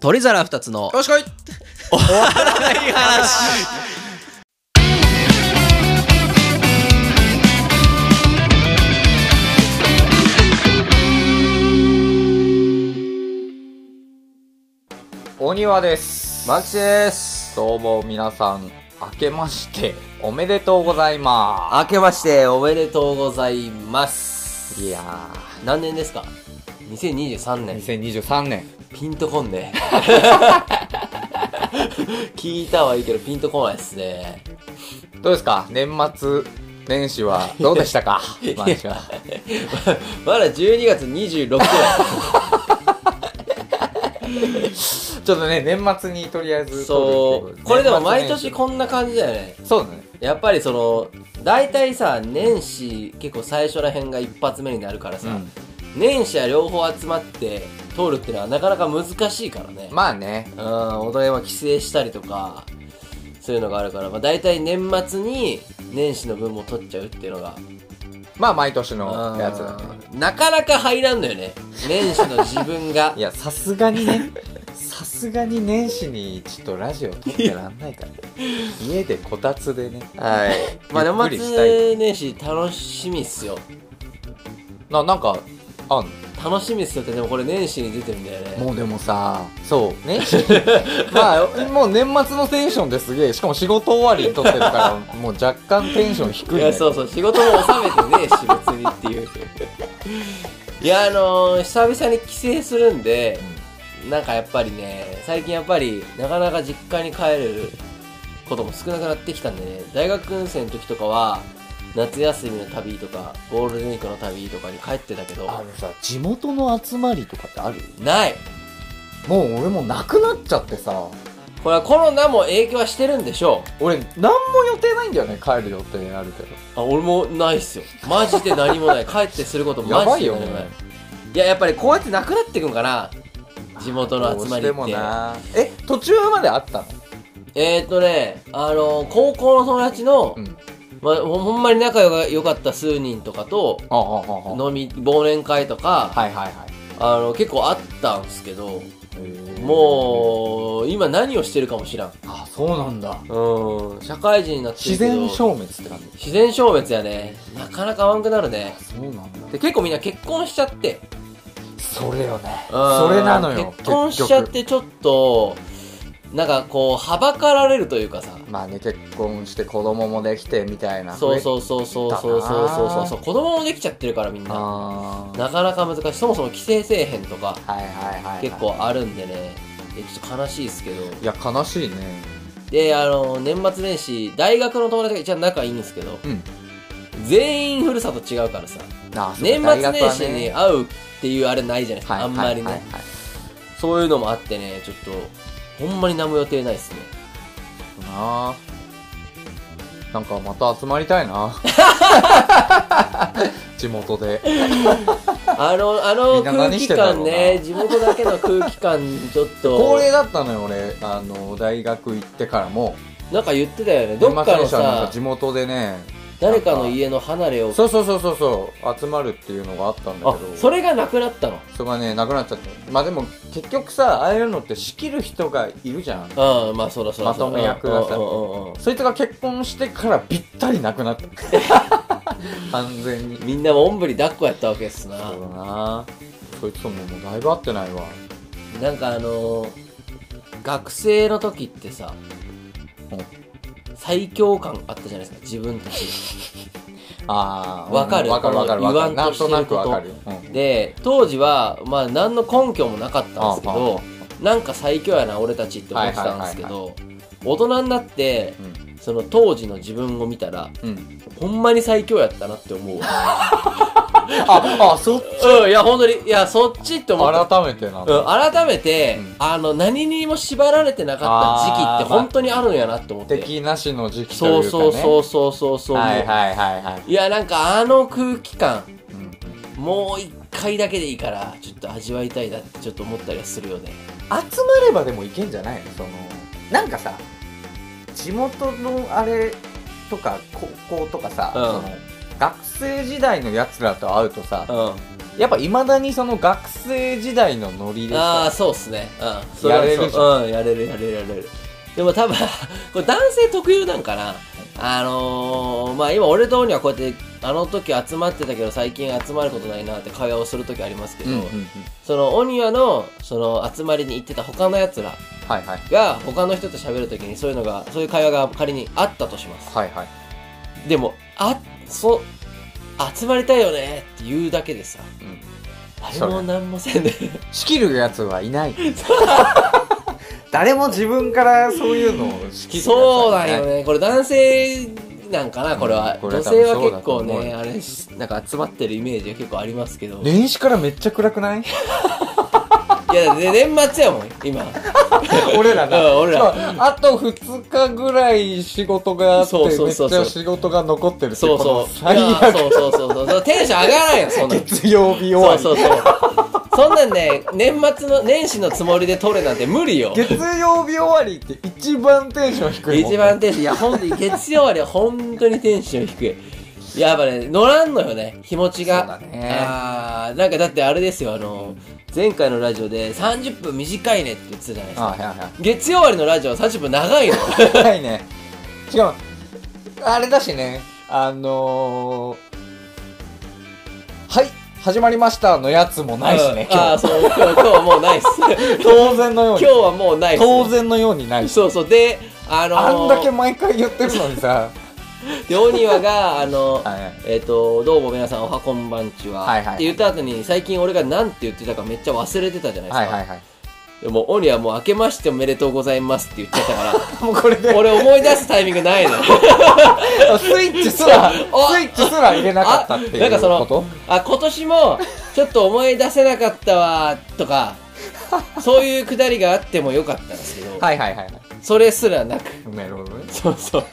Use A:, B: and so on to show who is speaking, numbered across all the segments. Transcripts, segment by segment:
A: 取り皿二つの
B: よしこい
A: 終わらない話
C: お庭です。
D: マンチです。
C: どうも皆さん、明けましておめでとうございま
D: 明けましておめでとうございます。
C: す。いや
D: 何年ですか ?2023
C: ー、
D: 年。
C: 2023年。
D: ピンとこん ね。聞いたはいいけどピンとこないですね。
C: どうですか年末年始はどう でしたかマンチは。
D: まだ12月26くらい。
C: ちょっとね、年末にとりあえず撮
D: そ。
C: るっていうと
D: これでも毎年
C: 年
D: こんな感じだよね。
C: 末年始そうだね。
D: やっぱりその、大体さ、年始結構最初ら辺が一発目になるからさ、
C: うん
D: 年始は両方集まって通るっていうのはなかなか難しいからね。
C: まあね。
D: うん、お互いは帰省したりとか、そういうのがあるから、まあ大体年末に年始の分も取っちゃうっていうのが、
C: まあ毎年のやつだね。
D: うんなかなか入らんのよね。年始の自分が
C: い。や、さすがにね、さすがに年始にちょっとラジオ撮ってら んないから、ね、家でこたつでね。
D: はいまあ
C: ゆっく
D: 年
C: りしたい
D: 末年始楽しみっすよ。
C: な、なんか、あんの
D: 楽しみっすよって、でもこれ年始に出てるんだよね。
C: もうでもさ、そう、年始 まあ、もう年末のテンションですげえ、しかも仕事終わりに撮ってるから、 もう若干テンション低い、
D: い
C: ね。
D: や、そうそう、仕事も収めてねえし、別にって いう。いや、あのー、久々に帰省するんで、なんかやっぱりね、最近やっぱり、なかなか実家に帰ることも少なくなってきたんでね、大学生の時とかは、夏休みの旅とか、ゴールデンウィークの旅とかに帰ってたけど、
C: あのさ、地元の集まりとかってある
D: ない
C: もう俺もなくなっちゃってさ、
D: これはコロナも影響はしてるんでしょ
C: 俺、何も予定ないんだよね、帰る予定あるけ
D: う。あ、俺もないっすよ。マジで何もない。帰ってすること
C: ど。
D: マ
C: やば
D: ジ
C: い
D: で
C: よ
D: 何もない
C: ね。。
D: いや、やっぱりこうやってなくなってくんかな地元の集まり
C: どうして
D: っ
C: も
D: て。
C: な。え、途中まであったの
D: えー、っとね、あの、高校の友達の、
C: うん。
D: まあ、ほほんまに仲良かった数人とかと、
C: ああ、ああ、ああ。
D: 飲み、忘年会とか、
C: はいはいはい。
D: あの、結構あったんすけど、
C: へえ
D: もう、今何をしてるかも知らん。
C: あ、そうなんだ。
D: うん、社会人になって
C: 自
D: るけど
C: 然消滅って感じ。
D: 自然消滅やね。なかなか合わんくなるね。
C: そうなんだ。
D: で、結構みんな結婚しちゃって。
C: それよね。
D: うん
C: それなのよ。
D: 結婚しちゃってちょっと、なんかこう、はばかられるというかさ。
C: まあね、結婚して子供もできてみたいな。
D: そう
C: う。
D: そうそうそうそうそうそうそうそう。子供もできちゃってるからみんな。
C: あ
D: なかなか難しい。そもそも規制せえへんとか、
C: あ。はいはいはいはい。
D: 結。構あるんでね。えちょっと悲しいですけど。
C: いや、悲しいね。
D: で、あの、年末年始、大学の友達が一番仲いいんですけど、
C: うん
D: 全員ふるさと違うからさ、
C: あそう
D: 年
C: か
D: 末年始に
C: 大学はね
D: 会うっていうあれないじゃないですか、
C: はい
D: あんまりね、
C: はいはいはい
D: そういうのもあってね、ちょっと、ほんまに何も予定ないっすね。
C: なあなんかまた集まりた いな。地元で。
D: あの、あ
C: み
D: の
C: んな何
D: 空気
C: してんだろう
D: 感
C: な
D: ね、地元だけの空気感、ちょっと。
C: 恒例だったのよ、俺。あの、大学行ってからも。
D: なんか言ってたよね。ど
C: 年
D: っ
C: 末
D: か
C: 年
D: の
C: 始はなん
D: さ
C: か、地元でね。
D: 誰かの家の離れを。
C: そうそうそうそうそう。集まるっていうのがあったんだ
D: あ
C: けど。、
D: それがなくなったの。
C: それがねなくなっちゃったまあでも結局さああいうのって仕切る人がいるじゃん
D: うん、まあそらそらそら。
C: まとめ役がさ
D: うんうんうんうん
C: そいつが結婚してからぴったりなくなった 完全に
D: みんなもおんぶに抱っこやったわけっすな。
C: そうだなそいつとももうだいぶ会ってないわ
D: なんかあのー学生の時ってさ、最強感あったじゃないですか、自分たち。
C: ああ
D: わかる
C: わかるわかるわかる
D: 言わ
C: な
D: と
C: んん
D: して
C: と
D: る
C: なくわかるよ、うん
D: で、当時は、まあ何の根拠もなかったんですけ
C: あ
D: ど、なんか最強やな、俺たちって思ってたんですけ
C: はいは
D: ど、大人になって、その当時の自分を見たら、
C: うんうん、
D: ほんまに最強やったなって思う わ。
C: ああそっ
D: うん、いや本当に、いやそっちって思った。
C: 改めてなんだ、
D: うん、改めて、
C: うん
D: あの、何にも縛られてなかった時期って
C: あーまあ
D: 本当にあるんやなって思って。
C: 敵なしの時期
D: そ
C: と
D: う
C: いうか、ね、
D: そうそうそうそうそう。
C: はいはいはいはい、
D: いや、なんかあの空気感、
C: うんうん
D: もう一回だけでいいから、ちょっと味わいたいなってちょっと思ったりはするよね。
C: 集まればでもいけんじゃないのそのなんかさ地元のあれとか高校とかさ、
D: うん
C: その学生時代のやつらと会うとさ、
D: う
C: やっぱいまだにその学生時代のノリで
D: ああ
C: さ
D: そうっすねうんそ
C: やれる
D: はそううんやれるやれるやれるでも多分これ男性特有なんかなあのー、まあ今俺とにはこうやってあの時集まってたけど最近集まることないなって会話をする時ありますけ
C: う
D: ど、
C: んうんうん
D: そのオニワのその集まりに行ってた他のやつら
C: はいはい
D: が他の人と喋る時にそういうのがそういう会話が仮にあったとします
C: はいはい
D: でもあそう集まりたいよねって言うだけでさ、
C: うん
D: あれも何もせんで、
C: 仕切るやつはいない 誰も自分からそういうのを仕切るやつ
D: そう
C: は
D: だ
C: いない
D: よね。これ男性なんかな、これは。
C: うんこれ
D: 女
C: 多
D: 性
C: 分
D: は
C: そうだ
D: 結
C: と
D: 構
C: 思うよ
D: ね、あれ、なんか集まってるイメージが結構ありますけど。
C: 年始からめっちゃ暗くない
D: いや、で年末やもん、今。
C: 俺ら
D: う
C: が
D: ん俺ら
C: あと2日ぐらい仕事があって
D: そうそうそうそう
C: めっちゃ仕事が残ってるって
D: そう
C: こ
D: そ
C: の
D: う。い
C: 最
D: や、
C: 悪
D: そうそうそうそうそう。テンション上がらんよ、そんなん。
C: 月曜日終わ
D: そう
C: り
D: そうそう。そんなんね、年末の、年始のつもりで撮れなんて無理よ。
C: 月曜日終わりって一番テンション低いもんね
D: 一番テンション、いや、ほんとに、月曜はね、ほんとにテンション低い。やっぱね、乗らんのよね、気持ちが。
C: そうだね
D: あーなんかだってあれですよ、あの、前回のラジオで30分短いねって言ってたじゃないです
C: あ
D: か。
C: はいは
D: 月曜割のラジオは30分長いの。
C: いはいねしかもあれだしねあのー、はい始まりましたのやつもないしね
D: うんあ
C: 今
D: あ、そう、今日今日はもう ないっす。
C: 日当然のよ
D: 今
C: う
D: 日
C: に
D: はもうないっす。
C: 当然のようにないし
D: そうそう、で、あの
C: あんだけ毎回言ってるのにさ
D: で、オニワが、あの、
C: はいはい
D: えっ、と、どうも皆さん、おはこんばんちは。
C: はいはい
D: って言った後に、最近俺がなんて言ってたかめっちゃ忘れてたじゃないですか。
C: はいはいはい
D: でも、オニはもう明けましておめでとうございますって言っちゃったか
C: もうこれで
D: ら、俺思い出すタイミングないの。
C: スイッチすらスイ
D: お
C: ッチすら入れなかったっていうこと
D: あ、今年も、ちょっと思い出せなかったわ、とか、そういうくだりがあってもよかったんですけど、
C: はいはいはいは
D: それすらなく。
C: いなるほどね
D: そうそう。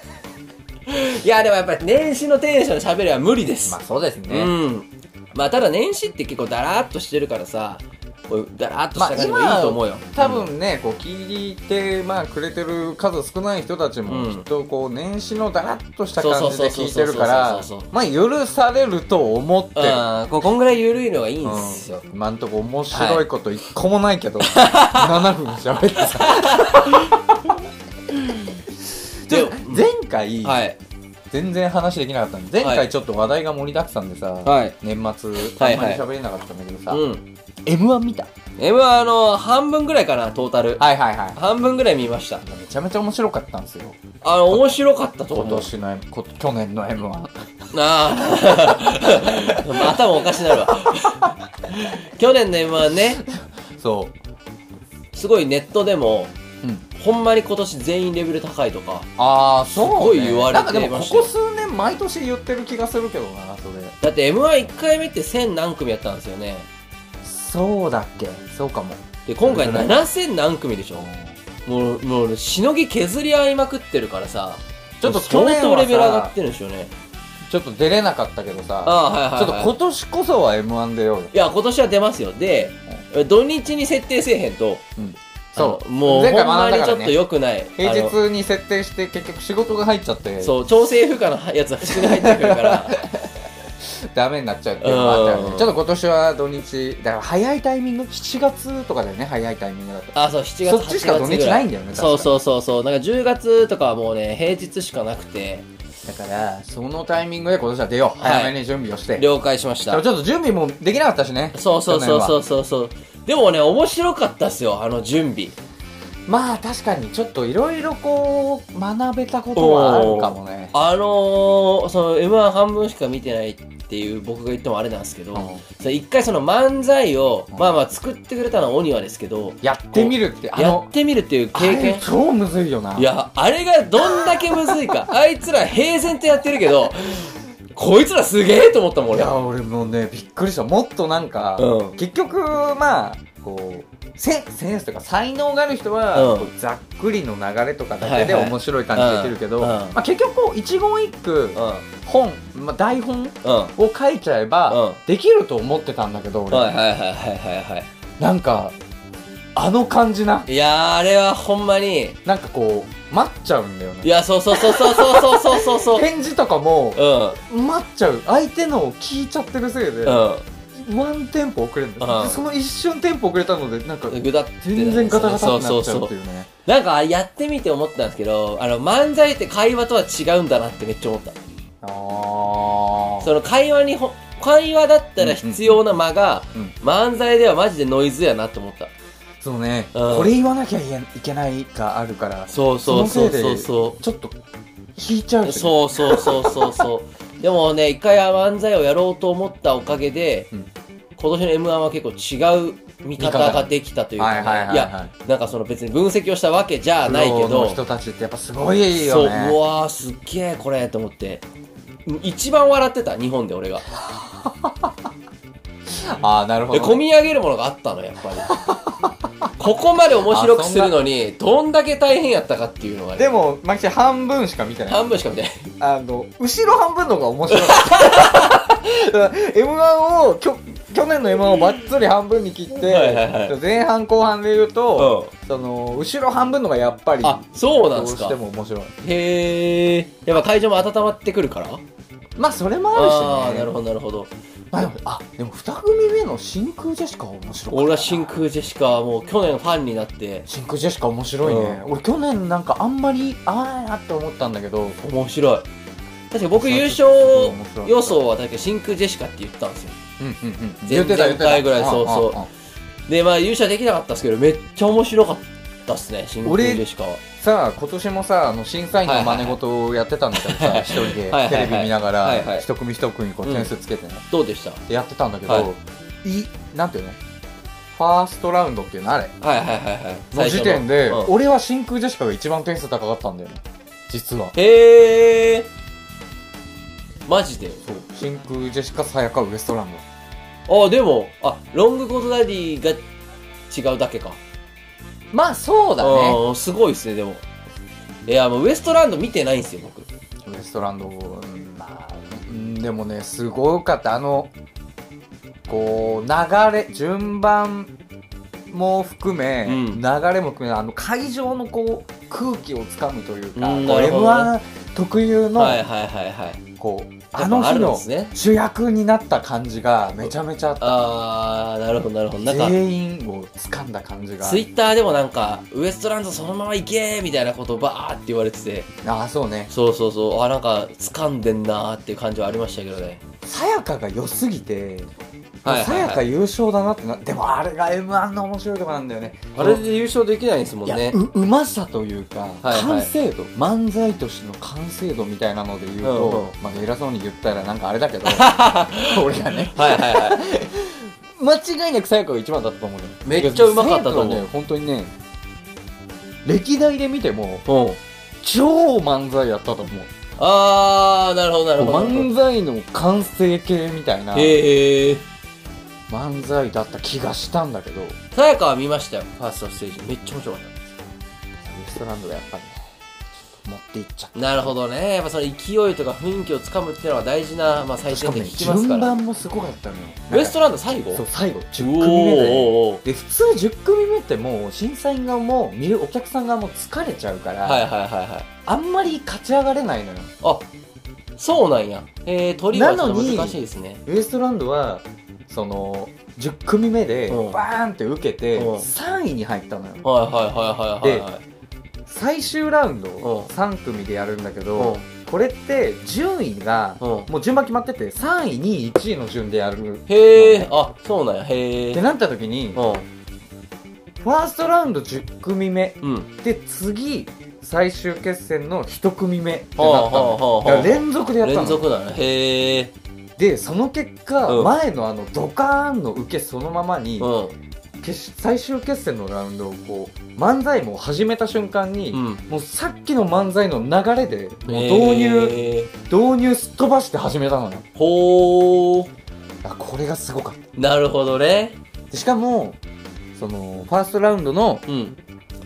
D: いや、でもやっぱり年始のテンションで喋りは無理です。
C: まあそうですね、
D: うん。まあ、ただ年始って結構ダラーっとしてるからさ、こういうダラーっとし
C: まあ
D: た感じも
C: 今
D: いいと思うよ。
C: 多分ね、こう聞いて、まあ、くれてる数少ない人たち
D: う
C: も
D: ん
C: きっとこう年始のだらっとした
D: そうそう
C: 感
D: そう
C: じ
D: そう
C: で聞いてるから
D: そうそうそう
C: まあ許されると思って
D: う
C: る、
D: ん。こうこんぐらい緩いのがいいん
C: うん
D: ですよ。
C: 今んとこ面白いこと一個もないけど、7分喋っ てたちょ
D: でも
C: 前回、
D: はい。
C: 全然話できなかったんで前
D: はい
C: 回ちょっと話題が盛りだくさんでさ、
D: はい
C: 年末
D: は
C: あ
D: い
C: んまり喋れなかったんだけどさ、
D: うん。
C: m 1見た
D: M はあの、半分ぐらいかな、トータル。
C: はいはいはい
D: 半分ぐらい見ました。
C: めちゃめちゃ面白かったんですよ
D: あの、面白かったと
C: 今
D: 思う。
C: 年の M こ去年の m 1
D: なあ。 頭おかしなるわ。去年の M はね、
C: そ
D: すごいネットでも、
C: う。うん。
D: ほんまに今年全員レベル高いとか。
C: ああ、そう、ね。
D: すごい言われて
C: なんかでも
D: ました
C: こ
D: よ
C: こ数年毎年言ってる気がするけどな、それ。
D: だって M11 回目って1000何組やったんですよね。
C: そうだっけそうかも。
D: で、今回
C: どれぐ
D: 7000何組でしょもう、もう、しのぎ削り合いまくってるからさ、
C: ちょっと去
D: 相
C: 年はさ
D: 当レベル上がってるんですよね。
C: ちょっと出れなかったけどさ。
D: ああ、はいはい、はい。
C: ちょっと今年こそは M1 出ようよ。
D: いや、今年は出ますよ。で、土日に設定せえへんと、
C: うん。
D: そ、
C: そうう。
D: もう、ほ
C: 前
D: ん
C: 回学
D: ま
C: んだ
D: に
C: か
D: ちょ
C: ら
D: っと
C: ね。
D: 良くない。
C: 平
D: あの
C: 日に設定して結局仕事が入っちゃって、
D: そう、調整負荷のやつが口に入ってくるから、
C: ダメになっちゃうっていうのがあったよ
D: うん
C: ね。ちょっと今年は土日、だから早いタイミング、7月とかだよね、早いタイミングだと。
D: あ、そう、7月、
C: そっちしか
D: 8月ぐら
C: 土日ないんだよね確か
D: そう
C: に
D: そうそうそう。なんか10月とかはもうね、平日しかなくて、
C: だから、そのタイミングで今年は出よう。
D: はい
C: 早めに準備をして。
D: 了解しまし
C: だか
D: た
C: ら。ちょっと準備もできなかったしね。
D: そうそうそう
C: 去
D: そう
C: 年は
D: そうそう。でもね、面白かったっすよ、あの準備。
C: まあ確かにちょっといろいろこう学べたことはあるかもね。
D: あのー、その M1 半分しか見てないっていう僕が言ってもあれなんですけど、
C: うん
D: その一回その漫才を、
C: うん
D: まあまあ作ってくれたのはオニワですけど、
C: やってみるって、あ
D: や
C: の
D: っ、てみるっていう経
C: あれ
D: 験。
C: 超むずいよな。
D: いや、あれがどんだけむずい か。あいつら平然とやってるけど、こいつらすげえと思ったもん
C: い
D: 俺。
C: や俺もうね、びっくりした。もっとなんか、
D: うん
C: 結局、まあ、こう、セセンスとか才能がある人は、
D: うん
C: こうざっくりの流れとかだけで
D: はいはい
C: 面白い感じでできるけ
D: う
C: ど、
D: んうん
C: まあ、結局こう、一言一句、
D: うん。
C: 本、まあ、台本
D: うん。
C: を書いちゃえば、
D: うん
C: できると思ってたんだけど、俺。
D: はいはいはいはいはいは
C: なんか、あの感じな。
D: い。いやー、あれはほんまに、
C: なんかこう、待っちゃうんだよ
D: い
C: ね。
D: や、そうそうそうそうそうそうそうそうそう。
C: 返事とかも、
D: うん。
C: 待っちゃう。相手のを聞いちゃってるせいで、
D: うん。
C: ワンテンポ遅れるんだ
D: うん
C: でその一瞬テンポ遅れたのでなんか
D: ぐだってなるんですよね
C: 全然ガタガタってなっちゃ
D: そうう
C: って
D: そうそ
C: い
D: う
C: うね
D: なんかやってみて思ったんですけどあの漫才って会話とは違うんだなってめっちゃ思った
C: ああ
D: その会話にほ会話だったら必要な間が、
C: うんうん
D: 漫才ではマジでノイズやなって思った
C: そうね、
D: うん
C: これ言わなきゃいけないがあるから
D: そうそうそうそうそう
C: ちょっと引いちゃうしね、
D: そうそうそうそうそう。でもね、一回漫才をやろうと思ったおかげで、
C: うん
D: 今年の M1 は結構違う見方ができたというか、
C: はいはいはいはい
D: や、なんかその別に分析をしたわけじゃないけ
C: プロ
D: ど、
C: の人たちってやっぱすごいよね
D: そう、うわー、すっげえこれと思って、一番笑ってた、日本で俺が。
C: ああなるほ
D: で、
C: ど、
D: 込み上げるものがあったの、やっぱり。ここまで面白くするのに、どんだけ大変やったかっていうのがね、
C: でもマキちゃん半分しか見てない
D: 半分しか見てない。
C: あの後ろ半分の方が面白い m 1をきょ去年の m 1をばっつり半分に切って
D: はいはいはい
C: 前半後半で言うと、その後ろ半分のがやっぱり
D: あ、そうなん
C: ど
D: す
C: う
D: か
C: して。も面白い
D: へえ。やっぱ会場も温まってくるから
C: まあそれもあるしね
D: ああー、なるほど、なるほど。
C: まあでもあでも2組目の真空ジェシカは面白い
D: 俺は真空ジェシカはもう去年ファンになって、
C: 真空ジェシカ面白いね、俺去年なんかあんまり合わないなって思ったんだけど
D: 面白い。確か僕優勝予想は確か真空ジェシカって言ったんですよ。
C: うんうんうん
D: 前々回ぐらいそうそうで、まあ優勝できなかったですけど、めっちゃ面白かったっすね、真空ジェシカは。
C: さあ今年もさあの審査員の真似事をやってたんだけどさ一、人でテレビ見なが
D: はいはいは
C: ら
D: い
C: 一組一組こう点数つけてね、
D: どうでした
C: でやってたんだけど、
D: はい
C: い、なんていうのファーストラウンドっていうのあれ
D: はいはいはいはい。
C: の
D: 最初
C: 時点で、
D: うん
C: 俺は真空ジェシカが一番点数高かったんだよね実は
D: へえ。マジで
C: そう真空ジェシカさやかウエストランド
D: あ、でも、あ、ロングコートダディが違うだけか。
C: まあそうだね
D: うんすごいですね、でも。いや、もうウエストランド見てないんですよ、僕。
C: ウエストランドうんまあうんでもねすごかったあのこう流れ順番も含め、
D: うん
C: 流れも含めあの会場のこう空気をつかむというか、
D: うん
C: こう
D: なる
C: m
D: ほど
C: 1特有の、
D: はいはいはいはい。
C: こう
D: ぱ
C: あの
D: あ
C: 日
D: るんで
C: の
D: すね
C: 主役になった感じがめちゃめちゃあった
D: あー、なるほどなるほど。なんか、
C: 全員を掴んだ感じが
D: ツイッターでもなんか、ウエストランドそのまま行けーみたいなことばーって言われてて、
C: ああそうね
D: そうそうそう、あ、なんか、掴んでんなーっていう感じはありましたけどね。
C: さやかが良すぎて
D: はいはいはい
C: さやか優勝だなってなでもあれが m 1の面白いとこなんだよね
D: で優勝できないですも
C: いやううまさというか、
D: はい
C: 完成度漫才としての完成度みたいなので言うと、
D: うんうん
C: まあ、偉そうに言ったらなんかあれだ けど俺がね
D: はいはいはい。
C: 間違いなくさやかが一番だったと思うよ
D: めっちゃうまかったと思う
C: いやさやかはね本当にね歴代で見ても
D: うん。
C: 超漫才やったと思う
D: あー、なるほどなるほど。
C: 漫才の完成形みたいな
D: へえー。
C: 漫才だった気がしたんだけどウエ
D: さやかは見ましたよ、ファーストステージ。めっちゃ面白かった。
C: ストランドがやっぱりねちょっと持っていっちゃっ
D: なるほどね。やっぱその勢いとか雰囲気をつかむっていうのは大事な、まあ、最
C: たしか
D: 低
C: も
D: で
C: ね
D: 聞きますか
C: 順
D: ら。
C: 番もすごかったのよ
D: ウエストランド最後
C: そう最後10
D: お
C: 組目
D: お
C: で
D: ーおーお
C: で普通10組目ってもう審査員がもう見るお客さんがもう疲れちゃうから、
D: ーはいはいはいはい。
C: あんまり勝ち上がれないのよ
D: あ、そうなんや。えー、鳥はちょっ
C: なの
D: と
C: に
D: 難しいですね。
C: ウエストランドはその10組目で
D: うん
C: バーンって受けて
D: うん
C: 3位に入ったのよ
D: はいはいはいはいはいはい。
C: 最終ラウンド
D: うん
C: 3組でやるんだけ
D: う
C: ど
D: ん
C: これって順位が
D: うん
C: もう順番決まってて3位2位1位の順でやる
D: へえ、あ、そうなんや。へ
C: っ
D: え
C: て。なった時に
D: うん。
C: ファーストラウンド10組目
D: うん。
C: で次最終決戦の1組目ってな
D: はあ
C: ったの
D: はあはあ
C: よだから連続でやった
D: 連
C: の
D: 続なの。へえ。
C: でその結果、
D: うん
C: 前のあのドカーンの受けそのままに、
D: うん。
C: 決し最終決戦のラウンドをこう漫才も始めた瞬間に、
D: うん。
C: もうさっきの漫才の流れでもう導入
D: へー。
C: 導入すっ飛ばして始めたのよ
D: ほー。
C: あこれがすごかっ
D: なるほどね。
C: たでしかもそのファーストラウンドの
D: うん。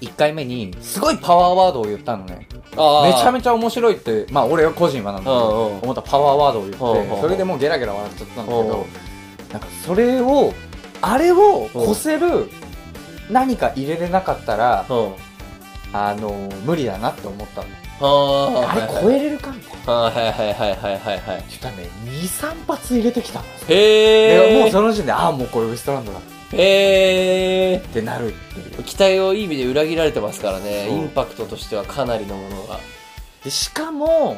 C: 1回目にすごいパワーワードを言ったのね
D: あ
C: めちゃめ
D: ち
C: ちゃ面白いってまあ俺は個人はなんだけ
D: う
C: ど
D: んうん。
C: 思ったパワーワードを言って、
D: うんうんうん
C: それでもうゲラゲラ笑っちゃったんだけ
D: うん
C: ど
D: う、
C: なんかそれをあれを越せる何か入れれなかったら
D: うん。
C: あのー無理だなって思ったの
D: は
C: あれ超えれるかみたいな
D: あはいはいはいはいはいはい
C: ちょっとね23発入れてきたんですよ
D: へ
C: で
D: え
C: もうその時点でああもうこれウエストランドだっ
D: へえ
C: てなるっていう
D: 期待をいい意味で裏切られてますからね
C: そう
D: インパクトとしてはかなりのものが
C: でしかも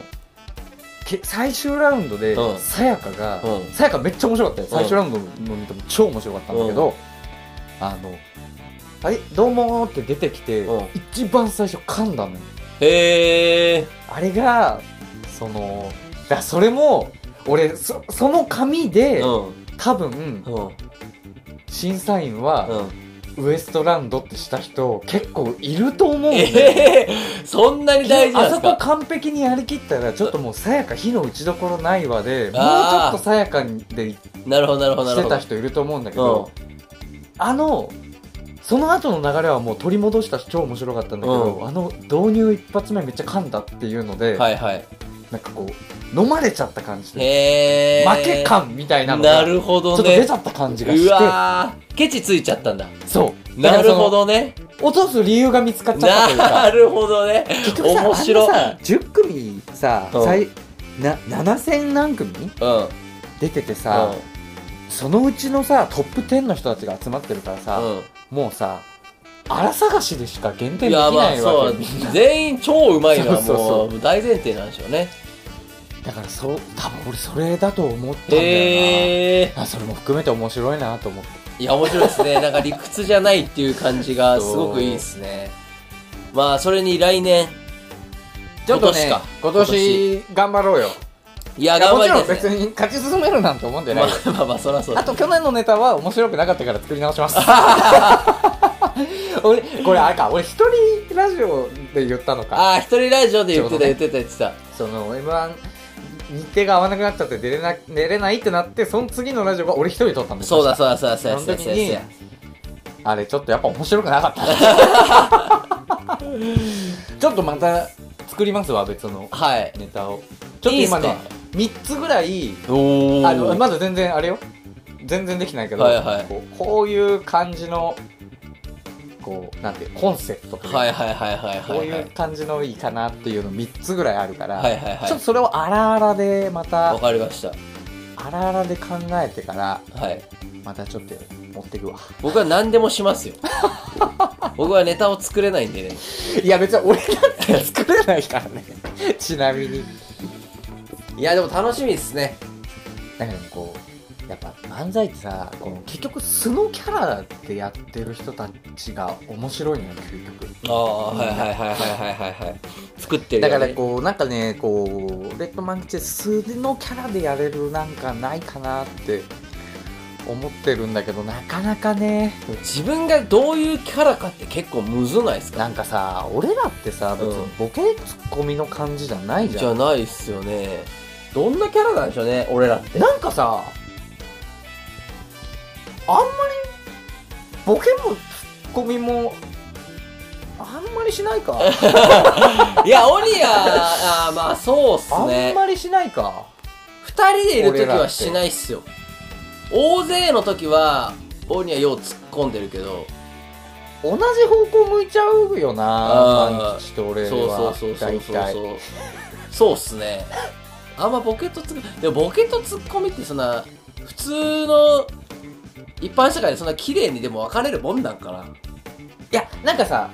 C: け最終ラウンドで
D: うん
C: さやかが
D: うん
C: さやかめっちゃ面白かったよ最終ラウンドの見ても超面白かったんだけど、あの「はいどうも」って出てきて、
D: うん
C: 一番最初噛んだのよ
D: へえ
C: あれがそのだそれも俺そその紙で、
D: うん
C: 多分
D: うん
C: 審査員は、
D: うん
C: ウエストランドってした人結構いると思うんだよ
D: ええそんなに大事なん
C: あ
D: で
C: そ
D: す
C: こ
D: か
C: 完璧にやりきったらちょっともうさやか火の打ちどころないわでもうちょ
D: あー
C: っとさやかでし
D: なるほどなるほどなる
C: て
D: ほど
C: た人いると思うんだけど、あのその後の流れはもう取り戻したし超面白かったんだけど、
D: うん
C: あの導入一発目めっちゃ噛んだっていうので、
D: うんはいはい
C: なんかこう飲まれちゃった感じで
D: へえ
C: 負け感みたいなの
D: な
C: がち
D: るほ
C: ょ
D: ど
C: っ
D: ね
C: と出ちゃった感じがし
D: う
C: て
D: わーケチついちゃったんだ
C: そうだか
D: な
C: らそ
D: る
C: の
D: ほどね
C: 落とす理由が見つかっちゃったというか
D: なるほどね
C: 結局さ
D: 面白
C: あんなさ10組さ、
D: うん
C: 最な7000何組
D: うんうん
C: 出ててさ、そのうちのさトップ10の人たちが集まってるからさ、
D: うん
C: もうさ荒探しでしか減点で
D: い
C: き
D: やま
C: な
D: あ
C: い
D: そ
C: わ
D: う
C: けみ んな
D: 全員超うまいのは
C: そうそうそう
D: もう大前提なんでしょうね
C: だからそう多分俺それだと思ったんだよな、
D: へえ
C: あそれも含めて面白いなと思って
D: いや面白いですねなんか理屈じゃないっていう感じがすごくいいですねまあそれに来年
C: ちょっとね
D: 今年か
C: 今年頑張ろうよ
D: いや
C: いや
D: 頑
C: も
D: 張
C: ち
D: りたい
C: ろん
D: で
C: 別
D: すね
C: に勝ち進めるなんて思うんじゃない
D: ま
C: よ、
D: あまあまあそらそうだ
C: あと去年のネタは面白くなかったから作り直し ます。俺、これあれか、俺一人ラジオで言ったのか。
D: ああ一人ラジオで言ってた
C: ちょ
D: 言
C: う
D: ってた言ってた
C: その M1 日程が合わなくなっちゃって出れな、出れないってなって、その次のラジオが俺一人撮ったんです
D: そうだそうだそうだそうだ
C: そ
D: そう
C: の
D: だ
C: 時
D: そうだそう
C: に
D: だ
C: あれちょっとやっぱ面白くなかった。 ちょっとまた作りますわ、別の
D: はい
C: ネタを。ちょっと今
D: いい
C: ね
D: っす、
C: 3つぐらい、
D: お
C: あのまだ全然あれよ全然できないけど、
D: はいはい
C: こうこういう感じのこうなんていうコンセプトというか
D: はいはいはいはい
C: こう
D: はい
C: い
D: は
C: う
D: い
C: 感じのいいかなっていうの3つぐらいあるから、
D: はいはいはい
C: ちょっとそれをあらあらでま
D: わ
C: た
D: かりました
C: あらあらで考えてから
D: はい
C: またちょっと持ってくわ
D: 僕は何でもします よ僕はネタを作れないんでね
C: いや別に俺なんて作れないからねちなみに
D: いやでも楽しみですね
C: だけどこうやっぱ漫才ってさこの結局素のキャラでやってる人たちが面白いのよ究
D: あ
C: 極
D: あはいはいはいはいはいはいはい作ってる
C: だ
D: よね
C: からこうなんかねこうレッドマンチェスのキャラでやれるなんかないかなって思ってるんだけどなかなかね
D: 自分がどういうキャラかって結構むずないですか
C: なんかさ俺らってさ別に
D: うん
C: ボケツッコミの感じじゃないじ
D: じ
C: ゃん、
D: ゃないっすよねどんなキャラなんでしょうね俺 らって
C: なんかさあんまりボケもツッコミもあんまりしないか
D: いやオリアあーまあそうっす
C: あん
D: ね
C: まりしないか
D: 二人でいる時
C: 俺らっ
D: は
C: て
D: しないっすよ大勢の時はオリアよう突っ込んでるけど
C: 同じ方向向いちゃうよ
D: あー
C: なパン吉と俺
D: そう
C: は
D: そうそうそう
C: 大
D: そう
C: 体
D: そうそうっすねあんまボケとツッコでもボケとツッコミってそんな普通の一般社会でそんな綺麗にでも分かれるもんなんかない
C: や、なんかさ、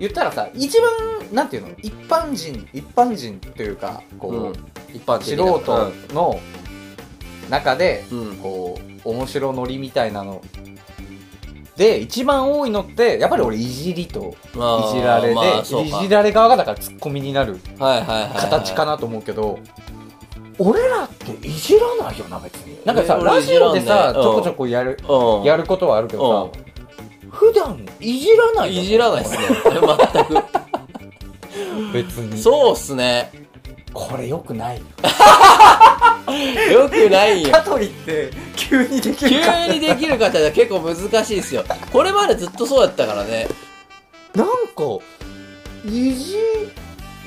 C: 言ったらさ、一番、なんていうの一般人、一般人というか、こう、
D: うん
C: 一般素人の中で、
D: うん
C: こう、面白乗りみたいなの。で、一番多いのって、やっぱり俺、いじりと、
D: あ
C: い
D: ー
C: じられで、
D: まあそう
C: い
D: か
C: じられ側がだからツッコミになる
D: はいはいはいはい
C: 形かなと思うけど、俺らっていじらないよな、別に。なんかさ、
D: えー俺
C: ラ
D: いじ
C: ジ
D: らん
C: オ
D: ね
C: でさ、
D: うん
C: ちょこちょこやる、
D: うん
C: やることはあるけどさ、普段、いじら
D: う
C: なんいよ
D: いじらないっすね全く
C: 別 に
D: そうっすね
C: これよくない
D: よくないよ
C: トリって急にでき
D: 急にできる方が結構難しいですよこれまでずっとそうやったからね
C: なんかいじ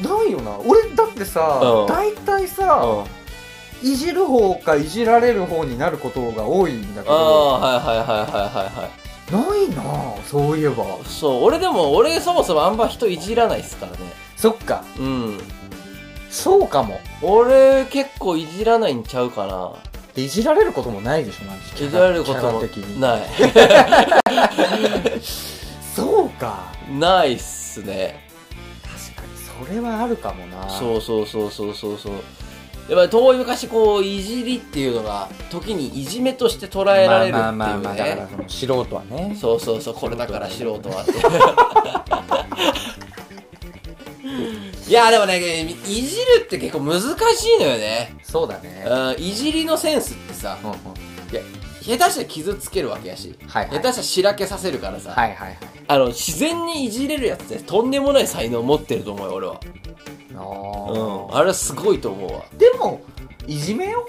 C: ないよな俺だってさ
D: うん
C: 大体さいじる方かいじられる方になることが多いんだけ
D: あ
C: ど
D: あはいはいはいはいはいはい
C: ないなぁそういえば
D: そう俺でも俺そもそもあんま人いじらないっすからね
C: そっか
D: うん
C: そうかも
D: 俺結構いじらないんちゃうかな
C: でいじられることもないでしょマジ
D: いじられることも
C: キャラ的に
D: ない
C: そうか
D: ないっすね
C: 確かにそれはあるかもな
D: そうそうそうそうそうそうやっぱり遠い昔こういじりっていうのが時にいじめとして捉えられる
C: まあまあまあまあ
D: ってい
C: だ
D: う
C: か
D: ね
C: らその素人はね
D: そうそうそうこれだから素人 はっていやでもねいじるって結構難しいのよね
C: そうだね
D: うんいじりのセンスってさ
C: うんうん
D: 下手したら傷つけるわけやし
C: はいはい
D: 下手したらしらけさせるからさ、
C: はいはいはい
D: あの自然にいじれるやつってとんでもない才能持ってると思うよ俺は、
C: あ
D: うん、
C: ー
D: あれはすごいと思うわ
C: でもいじめよ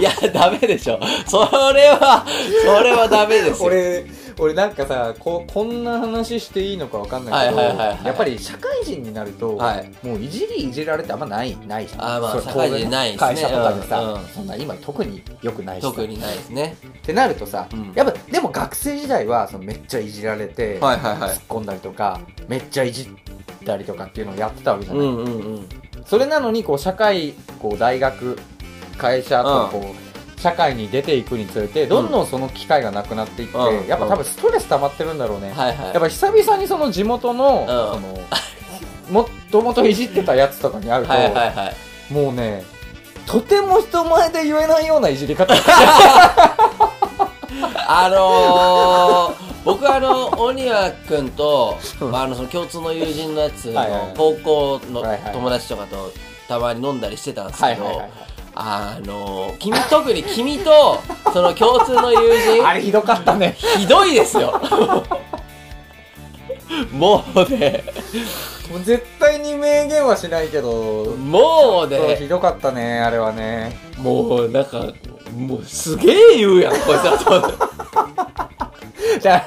D: いやダメでしょそれはそれはダメですよ
C: 俺俺なんかさここんな話していいのかわかんないけど
D: はいはいはいはい
C: やっぱり社会人になると、
D: はい
C: もういじりいじられってあんまないないじゃん
D: あーまあ
C: それ
D: 社会人ないですね
C: 会社とかでさ、
D: うんうん
C: そんな今特によくないしさ
D: 特にないですね
C: ってなるとさ、
D: うん
C: やっぱでも学生時代はそのめっちゃいじられて、
D: はいはいはい
C: 突っ込んだりとかめっちゃいじったりとかっていうのをやってたわけじゃ
D: う
C: ない、
D: んうんうん
C: それなのにこう社会こう大学会社とこう、社会に出ていくにつれてどんどんその機会がなくなっていって、
D: うん
C: やっぱ多分ストレス溜まってるんだろうね、
D: はいはい
C: やっぱ久々にその地元の,、
D: ん
C: そのもともといじってたやつとかに会うと、
D: はいはいはい
C: もうねとても人前で言えないようないじり方
D: あの ー、僕あの鬼谷君と、まあ、あのその共通の友人のやつ
C: はいはいは
D: の
C: い
D: 高校の
C: はいはい
D: 友達とかとたまに飲んだりしてたんです
C: は
D: け
C: いはいはい、は
D: ど
C: い
D: あのー、君特に君とその共通の友人
C: あれひどかったね。
D: ひどいですよもうね
C: もう絶対に明言はしないけど、
D: もう
C: そうひ
D: ね
C: どかったね、あれはね。
D: もうなんかもうすげえ言うやんこいつは
C: じゃあ、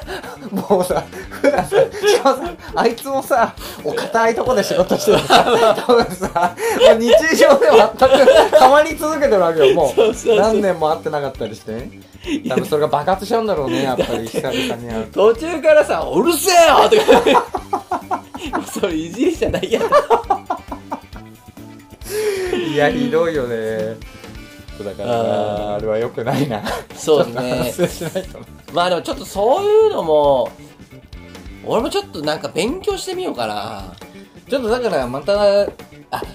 C: もうさ、普段さ、しかもさ、あいつもさ、お堅いとこで仕事してるから、多分さ、もう日常では全く変わり続けてるわけよ、も
D: そうそうそう
C: う。何年も会ってなかったりして。多分それが爆発しちゃうんだろうね、やっぱり久々に会うと。
D: 途中からさ「 うるせえよ!」とかもうそれいじりじゃないやん
C: いや、ひどいよね。だから
D: あー
C: なあれは良くないな。
D: そうですね
C: 反省しないとね。
D: まあでもちょっとそういうのも、俺もちょっとなんか勉強してみようかな。
C: ちょっとだからまた、あ、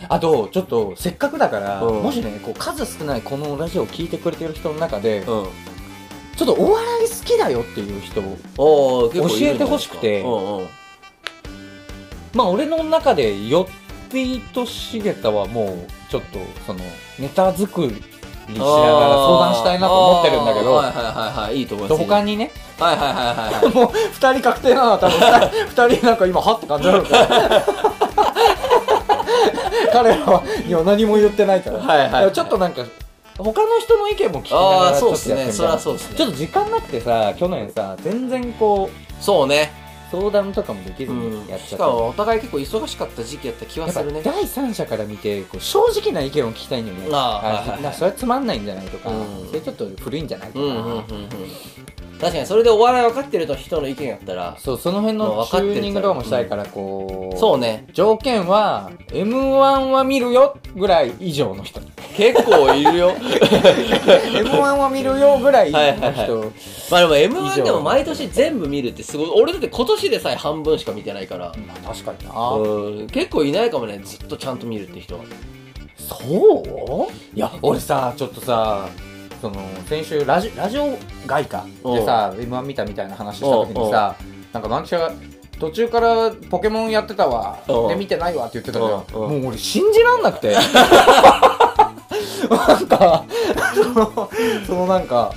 C: あと、ちょっとせっかくだから、
D: うん
C: もしね、こう数少ないこのラジオを聞いてくれてる人の中で、ちょ
D: うん。
C: っとお笑い好きだよっていう人、
D: おお、結構いるんじゃないですか
C: 教えてほしくて
D: うんうん。
C: まあ俺の中で、よっぴーとしげたはもう、ちょっと、その、ネタ作りしながら相談したいなと思ってるんだけ
D: あーはい
C: ど、
D: はいはいはい、いいと思います。
C: 他
D: に。
C: にね、
D: はいはいはいはい。
C: もう二人確定なのは多分二人二人なんか今はって感じなのから彼らはいや何も言ってないから、
D: はいはいはい
C: ちょっとなんか他の人の意見も聞きなが
D: ああ
C: ら
D: ー、
C: ち
D: そう
C: ょ
D: っ
C: っと
D: す
C: やって
D: ね。
C: み
D: そりゃ
C: た
D: そうっすね。
C: ちょっと時間なくてさ去年さ全然こう
D: そうね。
C: 相談とかもできず
D: う
C: に
D: ん
C: やっ。ちゃ
D: し
C: った、
D: かもお互い結構忙しかった時期やった気は
C: やっ
D: す
C: ぱ
D: るね。
C: 第三者から見てこう正直な意見を聞きたいんだよね
D: あー
C: あ
D: はいはいはい
C: なそれはつまんないんじゃないとか、
D: うん
C: それちょっと古いんじゃないと
D: う
C: か、
D: んうんうんうん。確かにそれでお笑い分かってると人の意見やったら、
C: そうその辺
D: もう
C: の
D: 分
C: チ
D: かって
C: ュ
D: るから
C: ーニングとかもしたいからこう
D: そうね。
C: 条件は m 1は見るよぐらい以上 の人
D: 結構いるよ。
C: m 1は見るよぐらいの人
D: はいはいは まあでも m 1でも毎年全部見るってすごい俺だって今年でさえ半分しか見てないから、
C: まあ確かにな
D: うん結構いないかもねずっとちゃんと見るって人は
C: そういや俺さちょっとさその先週ラジラジオ外貨でさ m 1見たみたいな話した時にさなんかマンキシャが途中からポケモンやってたわ
D: うん
C: で見てないわって言ってたじゃん
D: うん
C: もう俺信じらんなくて なんかそのそのなんか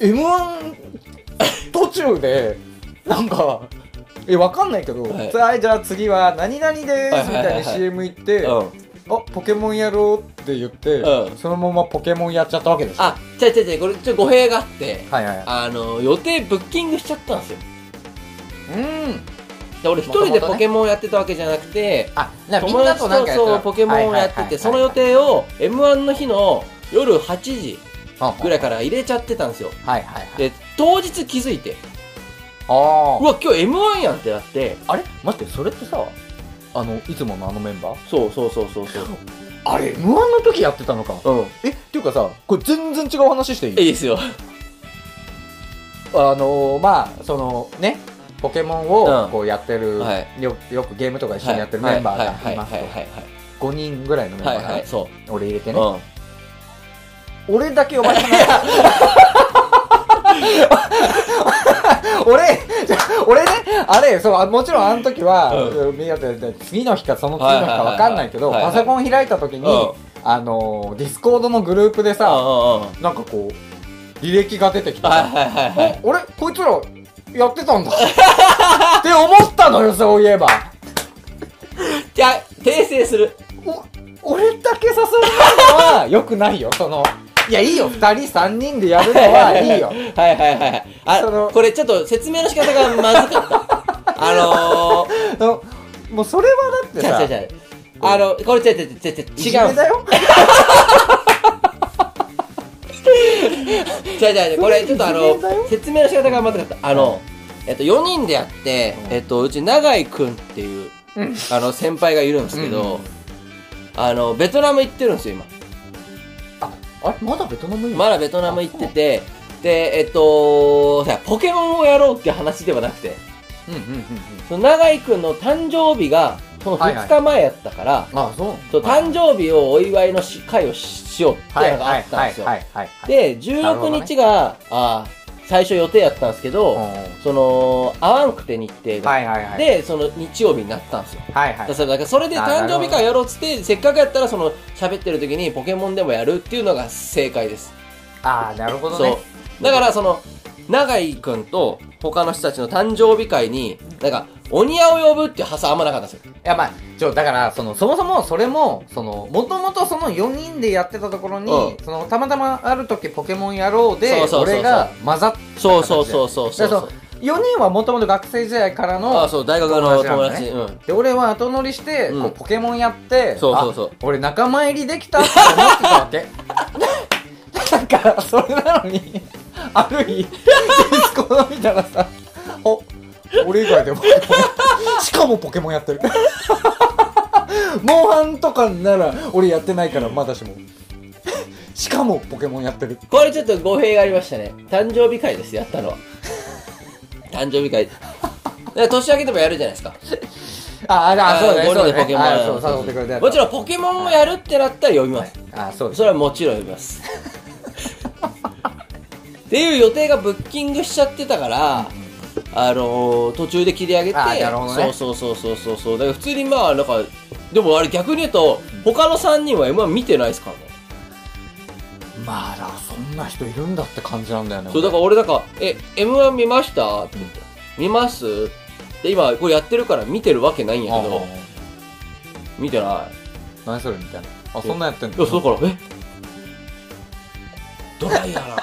C: m 1途中でなんかえわかんないけど、
D: はい
C: さあじゃあ次は何々ですみたいに CM 行って、
D: うん
C: あポケモンやろうって言って、
D: うん
C: そのままポケモンやっちゃったわけでしょ
D: あ違う違う違うこれちょっと語弊があって
C: はいはいは
D: あの予定ブッキングしちゃったんですよ
C: いうん
D: で俺一人でポケモンやってたわけじゃなくて
C: あみん
D: 友
C: な
D: 達
C: となん
D: と
C: か
D: そうポケモンをやっててその予定を m 1の日の夜8時
C: あ
D: ぐらいから入れちゃってたんですよ。
C: はいはいはい。
D: で、当日気づいて、
C: あ
D: うわ、今日 M1 やんってなって、
C: あ。あれ待って、それってさ、あの、いつものあのメンバー
D: そうそうそうそうそう。
C: あれ、M1 の時やってたのか。
D: うん。
C: え、っていうかさ、これ全然違う話していい
D: いいですよ。
C: あのーまあそのねポケモン
D: う
C: を
D: ん
C: こうやってる、
D: は
C: よよくゲームとか一緒にやってるメンバーがいます
D: はいはい
C: と
D: はい
C: 5人ぐらいのメンバ
D: はい
C: ー
D: はいは
C: が、
D: いはい。そう。
C: 俺入れて
D: う
C: ね、
D: ん。
C: 俺だけ呼ばれてない 俺じゃあ俺ねあれそうあもちろんあの時は、みんなで次の日かその次の日か分かんないけど、
D: はいはいはいはい
C: パソコン開いた時に、
D: う
C: あのーディスコードのグループで
D: うん
C: さ、
D: うんうん。
C: なんかこう履歴が出てきてさ、
D: はいはいはいはい。
C: あれこいつらやってたんだって思ったのよそういえば
D: じゃあ、訂正する。
C: お俺だけ誘うのはよくないよそのいやいいよ2人3人でやるのはいいよ
D: はいはいはいはい。
C: その
D: あ、これちょっと説明の仕方がまずかった。あ のー、
C: そのもうそれはだっ
D: 違う違
C: て
D: う
C: さ
D: 違う。あの、これ違う違う違う違う
C: いじ
D: 違
C: め
D: う。
C: だよ
D: 違う違う違う。これちょっとあ
C: いじ
D: の
C: めだよ、
D: 説明の仕方がまずかった。あの、えっと、4人でやって、
C: うん
D: えっと、うち永井くんっていう、
C: うん
D: あの、先輩がいるんですけ
C: うんう
D: ど、あの、ベトナム行ってるんですよ、今。
C: ああれまだベトナムいる
D: まだベトナム行ってて、で、えっと、さポケモンをやろうって話ではなくて、
C: うんうんうんうん
D: その永井くんの誕生日が、その
C: はいはい
D: 2日前やったから、
C: ああそう
D: そう
C: はい
D: 誕生日をお祝いのし会をししようって
C: はい
D: のがあ
C: は
D: っ
C: い
D: たん
C: は
D: で
C: い
D: すよ。
C: はいはい
D: で、
C: なるほど
D: 16
C: ね
D: 日が、あー最初予定やったんですけど、
C: うん
D: その、合わんくて日程が。
C: はいはいはい
D: で、その日曜日になったんですよ。
C: はいは
D: だから
C: い
D: それだからそれで
C: あ
D: 誕
C: なるほ
D: 生
C: ど
D: 日会やろうっつって、せっかくやったらその喋ってる時にポケモンでもやるっていうのが正解です。
C: ああなるほど
D: そ
C: ね
D: う。だからその、永井くんと他の人たちの誕生日会に、なんか、鬼屋を呼ぶっていう発想あんまなかったんですよ。
C: いやまあ、ちょ、だから、その、そもそも、それも、その、もともとその4人でやってたところに、
D: う
C: その、たまたまある時ポケモンやろうで、
D: そうそうそうそう
C: 俺が混ざった形で。
D: そうそうそうそうそう
C: だからその4人はもともと学生時代から
D: あ
C: の、
D: あ、そう、大学の友
C: 友
D: 達。
C: 達な
D: うん。
C: で、俺は後乗りして、
D: うん
C: こうポケモンやって、
D: そうそうそう
C: あ俺仲間入りできたって思ってたわ け。だから、それなのに、ある日、ディスコード見たらさ、お、俺以外でもポケモン、しかもポケモンやってる。モンハンとかなら、俺やってないから、まだしも。しかもポケモンやってる。
D: これちょっと語弊がありましたね。誕生日会です、やったの は。誕生日会。だから年明けでもやるじゃないですか。
C: あ、あ、あそうだね。
D: ゴ
C: そ
D: ル
C: う
D: フ
C: だ
D: でポケモンや
C: ね
D: る
C: あそうそう、誘ってくれたやつ
D: もちろんポケモンをやるってなったら呼びます。
C: あ、そうです
D: それはもちろん呼び ます。っていう予定がブッキングしちゃってたから、あのー、途中で切り上げて、
C: あなるほどね
D: そうそうそうそうそうそう。だから普通にまあ、なんか、でもあれ逆に言うと、他の3人は M1 見てないですからね。
C: まあだからそんな人いるんだって感じなんだよね
D: そう、だから俺なんか、え、M1 見ましたって言って、見ますで、今これやってるから見てるわけないんやけ
C: あ
D: ど、見てない。
C: あ何それみたいなあそんなんやってん
D: いや、
C: の
D: そうだから、えドライやな。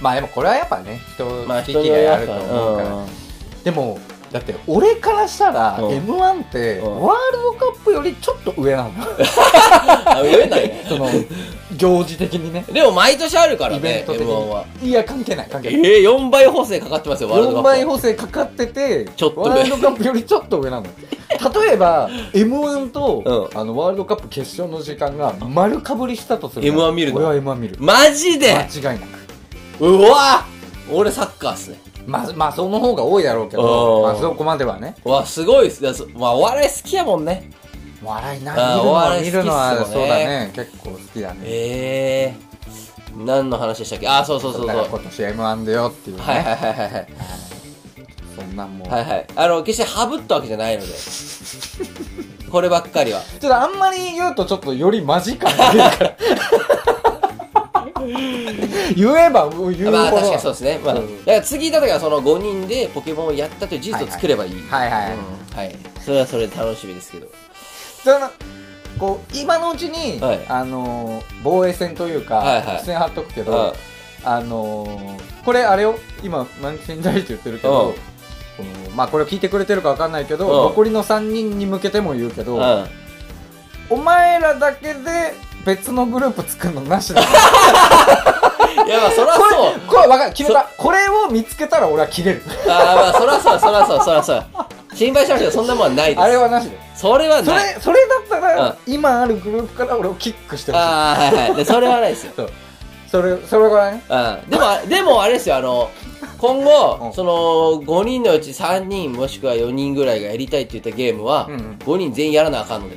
C: まあでもこれはやっぱね人
D: まあ
C: 好き
D: 人によ
C: 嫌
D: り
C: いあ
D: ますか
C: ると
D: らね
C: 思うから、
D: うん
C: でもだって俺からしたら
D: うん
C: m 1って
D: うん
C: ワールドカップよりちょっと上 なの
D: あ、上なんや。
C: その行事的にね
D: でも毎年あるから
C: イベ
D: ね
C: ン、ト
D: M1
C: 的
D: は。
C: にいや関係ない関
D: え
C: 係ない
D: ー、4倍補正かかってますよ、ワールドカ
C: 4
D: ップは。
C: 倍補正かかってて
D: ちょっと上
C: ワールドカップよりちょっと上なの 例えば m 1と、
D: う
C: あのワールドカップ決勝の時間が丸かぶりしたとする
D: M1 見るの
C: 俺は m 1見る
D: マジで
C: 間違いなく
D: うわ俺サッカーっすね。
C: まあ、まあ、その方が多いだろうけど、
D: あー
C: まあ、そこまではね。
D: うわ、すごいっす。いやそまあ、お笑い好きやもんね。
C: 笑いな、
D: あーお笑い
C: 見るのは、
D: 好
C: 見
D: き
C: る
D: っす
C: の
D: よね
C: はそうだね、結構好きだね。
D: えー、何の話でしたっけあ、そうそうそうそう。
C: だから今
D: は
C: 年 M1 だよっていうね。
D: いはいはいはいはい。
C: そんなんもう。
D: はいはい。あの、決してハブったわけじゃないので。こればっかりは。
C: ちょっとあんまり言うと、ちょっとよりマジ感が出 るから。言えば、言うほど。
D: まあ確かにそうですね。まあ、
C: うん
D: だから次、だからその5人でポケモンをやったという事実を作ればいい。
C: はいはい。
D: うんはい。それはそれで楽しみですけど。
C: そのこう、今のうちに、
D: はい
C: あのー、防衛戦というか、
D: はいはい
C: 付箋貼っとくけど、
D: うん
C: あのー、これあれよ今満金大って言ってるけど、このまあこれ聞いてくれてるかわかんないけど、
D: うん
C: 残りの3人に向けても言うけど、
D: うん。
C: お前らだけで別のグループ作るのなしだ。こ
D: いやまあ そらそう
C: れ、これわかる。決めた。これを見つけたら俺は切れる。
D: ああまあそらそうそらそうそらそう心配しましたけどそんなもんはないです
C: あれはなしで。
D: それは
C: そ
D: ない
C: れ、それだった
D: うん
C: ら、今あるグループから俺をキックしてほしい。
D: ああはいはいでそれはないですよ
C: それ、それぐらいね。
D: うんでもあ、でもあれですよ、あの、今後、
C: うん
D: その、5人のうち3人もしくは4人ぐらいがやりたいって言ったゲームは、
C: うんうん
D: 5人全員やらなあかんので。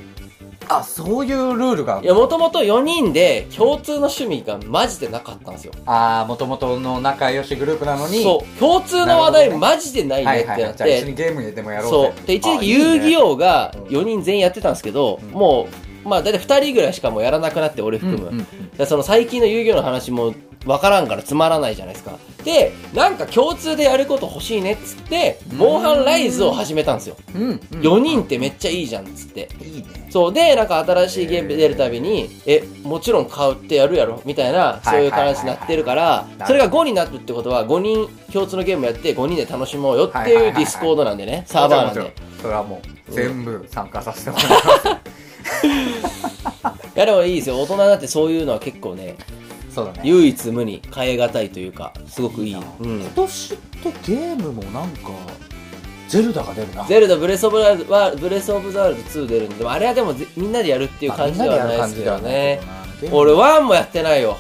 C: あ、そういうルールがあ
D: い
C: る。
D: や、もともと4人で共通の趣味がマジでなかったんですよ。
C: あー、もともとの仲良しグループなのに。
D: そう。共通の話題マジでない
C: は
D: ね
C: い
D: っ
C: は
D: て
C: い
D: な
C: は
D: っ
C: い。じゃあ一緒
D: て
C: に、ゲームにでもやろう
D: そ
C: ぜ
D: う。で、一時期
C: あいいね
D: 遊戯王が4人全員やってたんですけど、
C: うん
D: もう、まあ、だいたい2人ぐらいしかもうやらなくなって、俺含む。
C: うんうん
D: でその最近の遊戯王の話もわからんからつまらないじゃないですか。で、なんか共通でやること欲しいねっつって、
C: うん
D: モンハンライズを始めたんですよ。
C: うんうんうん
D: 4人ってめっちゃいいじゃんっつって。
C: いいね
D: そうで、なんか新しいゲーム出るたびに、え、もちろん買うってやるやろみたいな、そういう話になってるから
C: いは、い
D: それが5になるってことは、5人共通のゲームやって5人で楽しもうよって
C: はいはいは
D: い
C: いは
D: う
C: い
D: ディスコードなんでね、サーバーなんで。
C: もち
D: い
C: ろもちろそれはもう全部参加させてもらい ます
D: やでもいいですよ、大人だってそういうのは結構ね、
C: そうだね
D: 唯一無二、変え難いというか、すごくいい。うん
C: 今年ってゲームもなんかゼルダが出るな
D: ゼルダブレスオブワールドはブレスオブザワールド2出るんででもあれはでもぜみんなでやるっていう感じではないですけどね俺
C: 俺
D: 1もやってないよ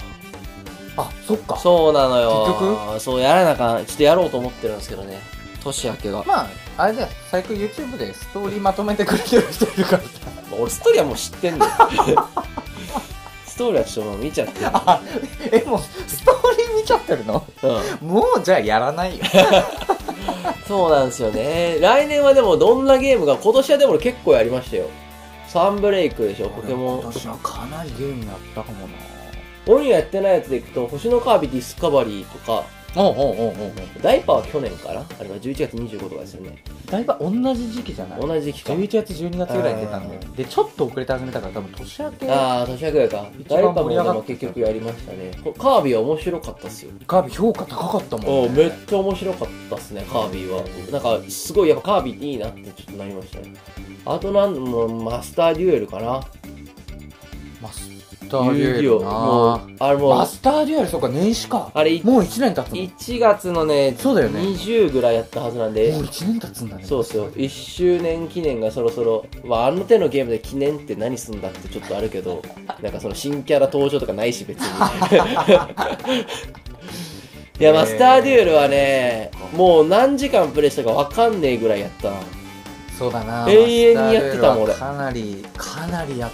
C: あそっか
D: そうなのよ
C: 結
D: そうやらなあかんちょっとやろうと思ってるんですけどね年明けが、
C: まああれだよ最近 YouTube でストーリーまとめてくれてる人いるからさ
D: 俺ストーリーはもう知ってんだよ ストーリーはちょっともう見ちゃってる
C: あ えもうストーリー見ちゃってるの
D: うん
C: もうじゃあやらないよ
D: そうなんですよね来年はでもどんなゲームが今年はでも俺結構やりましたよサンブレイクでしょポケモン
C: 私はかなりゲームやったかもな
D: 俺やってないやつでいくと星のカービィディスカバリーとか
C: おうおうおうおうおう
D: ダイパーは去年かなあれは11月25とかですよね。
C: だいぶ同じ時期じゃない
D: 同じ期間。
C: 11月12月ぐらいに出たんだよでちょっと遅れて始めたから多分年明け
D: ああ、年明けぐらいか。ダイパーもで
C: 一番盛り上が
D: も
C: って
D: 結
C: た
D: 局やりましたね。こカービィは面白かったっすよ。
C: カービィ評価高かったも
D: お
C: ん、
D: め
C: ね、
D: っちゃ面白かったっすね、カービィは。なんか、すごいやっぱカービィっていいなってちょっとなりましたね。あとなんもうマスターデュエルかな。
C: マスターデュエル
D: 遊戯王
C: な
D: もう、あれも
C: マ
D: う、
C: スターデュエルそうか年始か
D: あれい
C: もう1年経つの
D: 1月のね、
C: そうだよね
D: 20ぐらいやったはずなんで
C: もう。1年経つんだね
D: そうそう1周年記念がそろそろ、まあ、あの手のゲームで記念って何すんだってちょっとあるけど なんかその新キャラ登場とかないし 別にいやマスターデュエルはねもう何時間プレイしたか分かんねえぐらいやったな
C: そうだな
D: 永遠にやってたもん
C: マスターデュエルはかなりかなりやっ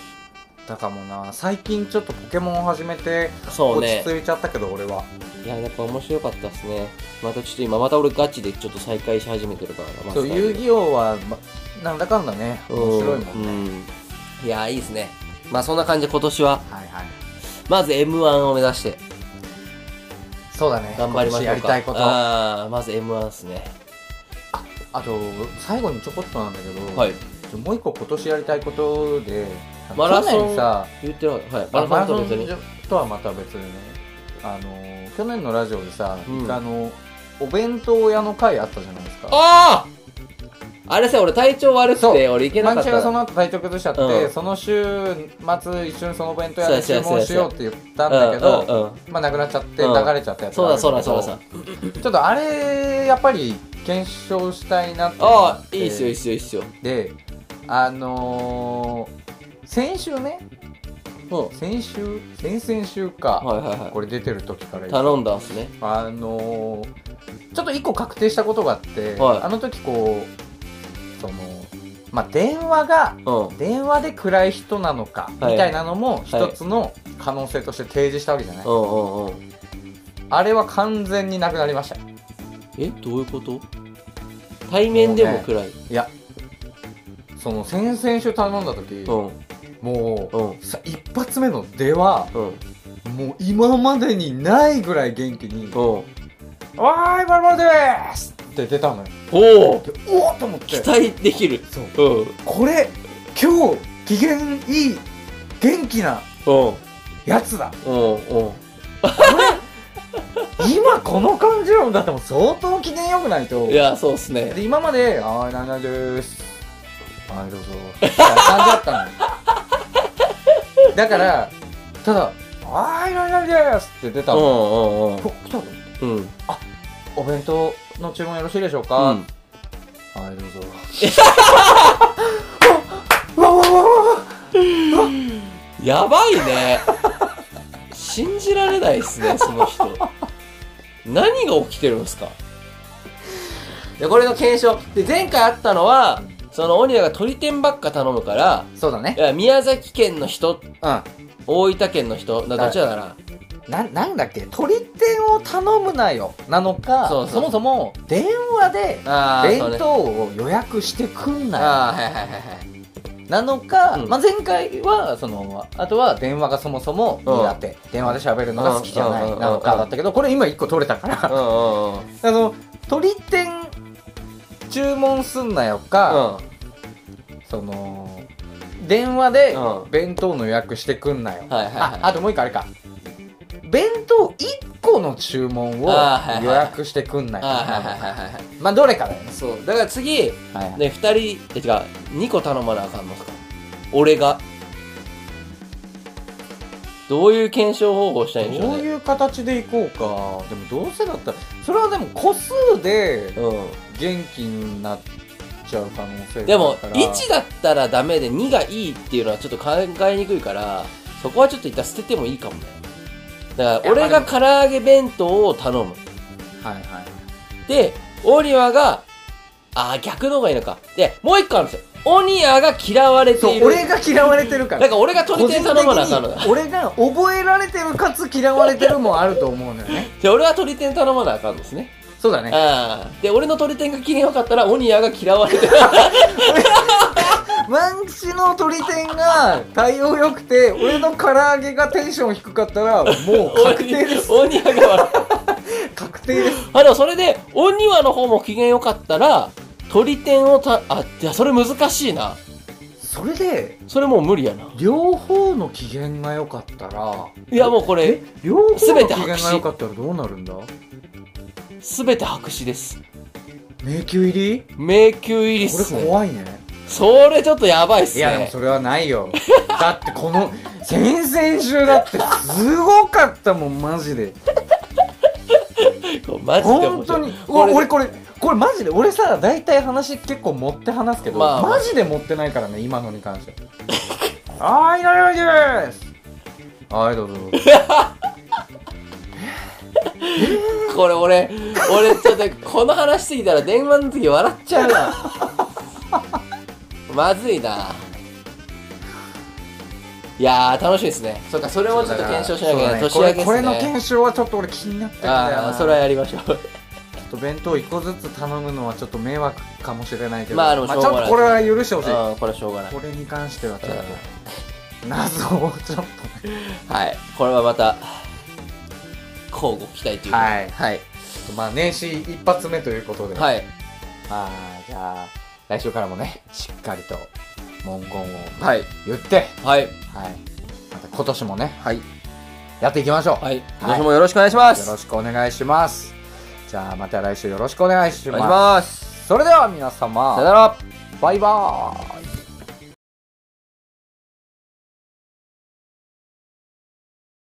C: たかもな最近ちょっとポケモン始めて
D: そう
C: 落
D: ね
C: ち着いちゃったけど俺はい
D: ややっぱ面白かったっすねまたちょっと今また俺ガチでちょっと再開し始めてるからなマスタ
C: そ
D: ー
C: う
D: デュエ
C: 遊
D: ル
C: 戯王は、ま、なんだかんだね面白いもんね、
D: ねいやいいっすねまあそんな感じで今年は
C: はいはい
D: まず m 1を目指して
C: そうだね
D: 頑張りましょうか。
C: 今年やりたいこと
D: あーまず M1 ですね。
C: あと最後にちょこっとなんだけど、
D: はい。
C: もう一個今年やりたいことで
D: マラソン
C: 去年さ
D: 言ってなかった。はい。
C: あ
D: マラソンと
C: マ
D: 別に。
C: ラソンとはまた別にねあの去年のラジオでさ、
D: うん
C: 一回あのお弁当屋の会あったじゃないですか
D: あああれさ、俺体調悪く
C: そう
D: て、俺行けなか
C: 毎
D: っ
C: 日がそ
D: た。
C: の後体調崩しちゃって、
D: うん
C: その週末一緒にそのお弁当屋
D: そう
C: で注
D: やそう
C: 文
D: や
C: し
D: そうや
C: ようって言ったんだけど、
D: うんうんうん
C: まあなくなっちゃって
D: うん
C: 流れちゃったやつ
D: そう
C: があ
D: だ
C: るんけ
D: そ
C: ど
D: うだそうだそうだ。
C: ちょっとあれやっぱり検証したいなって思
D: あ
C: っ
D: あ、
C: て
D: いいっすよ、いいっすよ、いいっすよ。
C: であのー、先週ね
D: うん。は
C: 先週先々週か、
D: いはいは
C: これ出てる時から
D: い。頼んだんすね。
C: あのー、ちょっと一個確定したことがあって、
D: はい
C: あの時こうそのまあ電話が
D: うん。
C: 電話で暗い人なのかみ
D: はい
C: たいなのも一つの可能性として提示したわけじゃない、
D: うんうんうん。
C: あれは完全になくなりましたい
D: え、どういうこと対面でも暗い。
C: やその先々週頼んだ時、
D: うん。
C: もう、
D: うん
C: さ一発目の「で」は
D: うん。
C: もう今までにないぐらい元気に
D: うん。お
C: 「わーいまるまるでーす!」って出たのよ
D: お
C: でおおと思っ
D: 期
C: て
D: 待できる。
C: そう
D: うん。うん。
C: これ今日機嫌いい元気なやつだ
D: うん。うん。
C: 今この感じよだってもう相当機嫌良くないと
D: いや、そうっすね。
C: で今まで「あーいなんなんでーす」「はいどうぞ」みたいな感じだったのよだからただ「あーいらいらいらいら」って出た
D: う
C: の、
D: んうん
C: ふ来たの
D: うん。うん。
C: お弁当の注文よろしいでしょうか、
D: あ
C: はいどうぞうわうわうわうわ
D: やばいね。信じられないっすね、その人。何が起きてるんですかで、これの検証。で、前回あったのは、その、オニラが鳥天ばっか頼むから、
C: そうだね
D: いや宮崎県の人、
C: うん
D: 大分県の人、だどっちだか
C: ななんだっけ鳥天を頼むなよなのか
D: そ
C: そう
D: そう
C: もそも電話で
D: ら。ーそう
C: 弁
D: ね
C: 当を予約してくんな
D: あー、はいはいはいはい。
C: いなのか、
D: うん
C: まあ、前回はそのあとは電話がそもそも苦手、電話で喋るのが好きじゃな
D: うんうん
C: いなのかだったけどこれ今1個取れたから
D: うんうんうん。
C: あの鳥天注文すんなよか、その電話で
D: うん
C: 弁当の予約してくんなよ、
D: はいはいはい
C: ああともう一個あれか弁当1個の注文を
D: あーはいはい
C: 予約してくんなよ
D: あーはいはいはいはいはい。
C: まあどれかだよね、
D: そう。だから次、ね、二人、え、違う、二個頼まなあかんのっすか俺が。どういう検証方法したいんでしょ
C: どう
D: うね。
C: いう形でいこうかでもどうせだったらそれはでも個数で
D: う
C: 元気になっちゃう可能性
D: ん。で
C: があ
D: も
C: るか、ら
D: 1だったらダメで2がいいっていうのはちょっと考えにくいから、そこはちょっと一旦捨ててもいいかもね。だから、俺が唐揚げ弁当を頼む。
C: はいはい
D: で、オニアが、あー、逆の方がいいのか。で、もう一個あるんですよ。オニアが嫌われてい
C: そう
D: る。
C: 俺が嫌われてるから
D: なんか俺が鳥
C: 個人
D: 天
C: 的
D: 頼まなあかんのだ
C: に。俺が覚えられてるかつ嫌われてるもあると思うのよ ね
D: で、俺は鳥天頼まなあかんですね。
C: そうだね
D: ああ。で、俺の鳥天が機嫌よかったら、オニアが嫌われてる。
C: 万吉の鳥天が対応良くて俺の唐揚げがテンション低かったらもう 確定で す
D: オニアが笑う。
C: 確定です
D: あ、でもそれで、オニアの方も機嫌よかったら、鳥天をた、あ、いや、それ難しいな。
C: それで
D: それもう無理やな。
C: 両方の機嫌が良かったら
D: いや、もうこれ
C: え、両方の機
D: 全て白
C: 嫌
D: 紙
C: が良かったらどうなるんだ
D: すべて白紙です。
C: 迷宮入り
D: 迷宮入りっ
C: これ
D: すね。
C: 怖いね
D: それちょっとやばいっすね。
C: いやでもそれはないよだってこの先々週だってすごかったもんマジで
D: こう マジで面
C: 本
D: 白
C: 当
D: い
C: に
D: これ
C: 俺俺これこれマジで俺さ大体話結構持って話すけど、
D: まあまあ
C: マジで持ってないからね今のに関してはーい大丈夫ですはいどうぞどうぞ
D: これ俺、俺ちょっとこの話してきたら電話の時笑っちゃうな。まずいな。いやー、楽しみですね。そっか、それもちょっと検証しなきゃいけない。年
C: そう
D: 明
C: だね
D: けですね。
C: これこれの検証はちょっと俺気になってるんだよ
D: あ
C: な
D: あ、それはやりましょう。
C: ちょっと弁当1個ずつ頼むのはちょっと迷惑かもしれないけど
D: まあでもしょうが
C: ち
D: ない
C: ょっとこれは許してほしい
D: うん、これはしょうがない。
C: これに関してはちょっと謎をちょっとね
D: はい。これはまた、交互期待というか。
C: はい
D: はい。
C: まあ年始一発目ということで
D: はい。
C: まあじゃあ来週からもねしっかりと文言を
D: はい。
C: 言って、
D: はい。
C: はい、また今年もね、はい、やっていきましょう、
D: はい。今年もよろしくお願いしま
C: よ
D: す。
C: ろしくお願いしますじゃあまた来週よろしくお願いし
D: お
C: ま
D: 願いし
C: す
D: ます。
C: それでは皆様
D: さよなら。
C: バイバーイ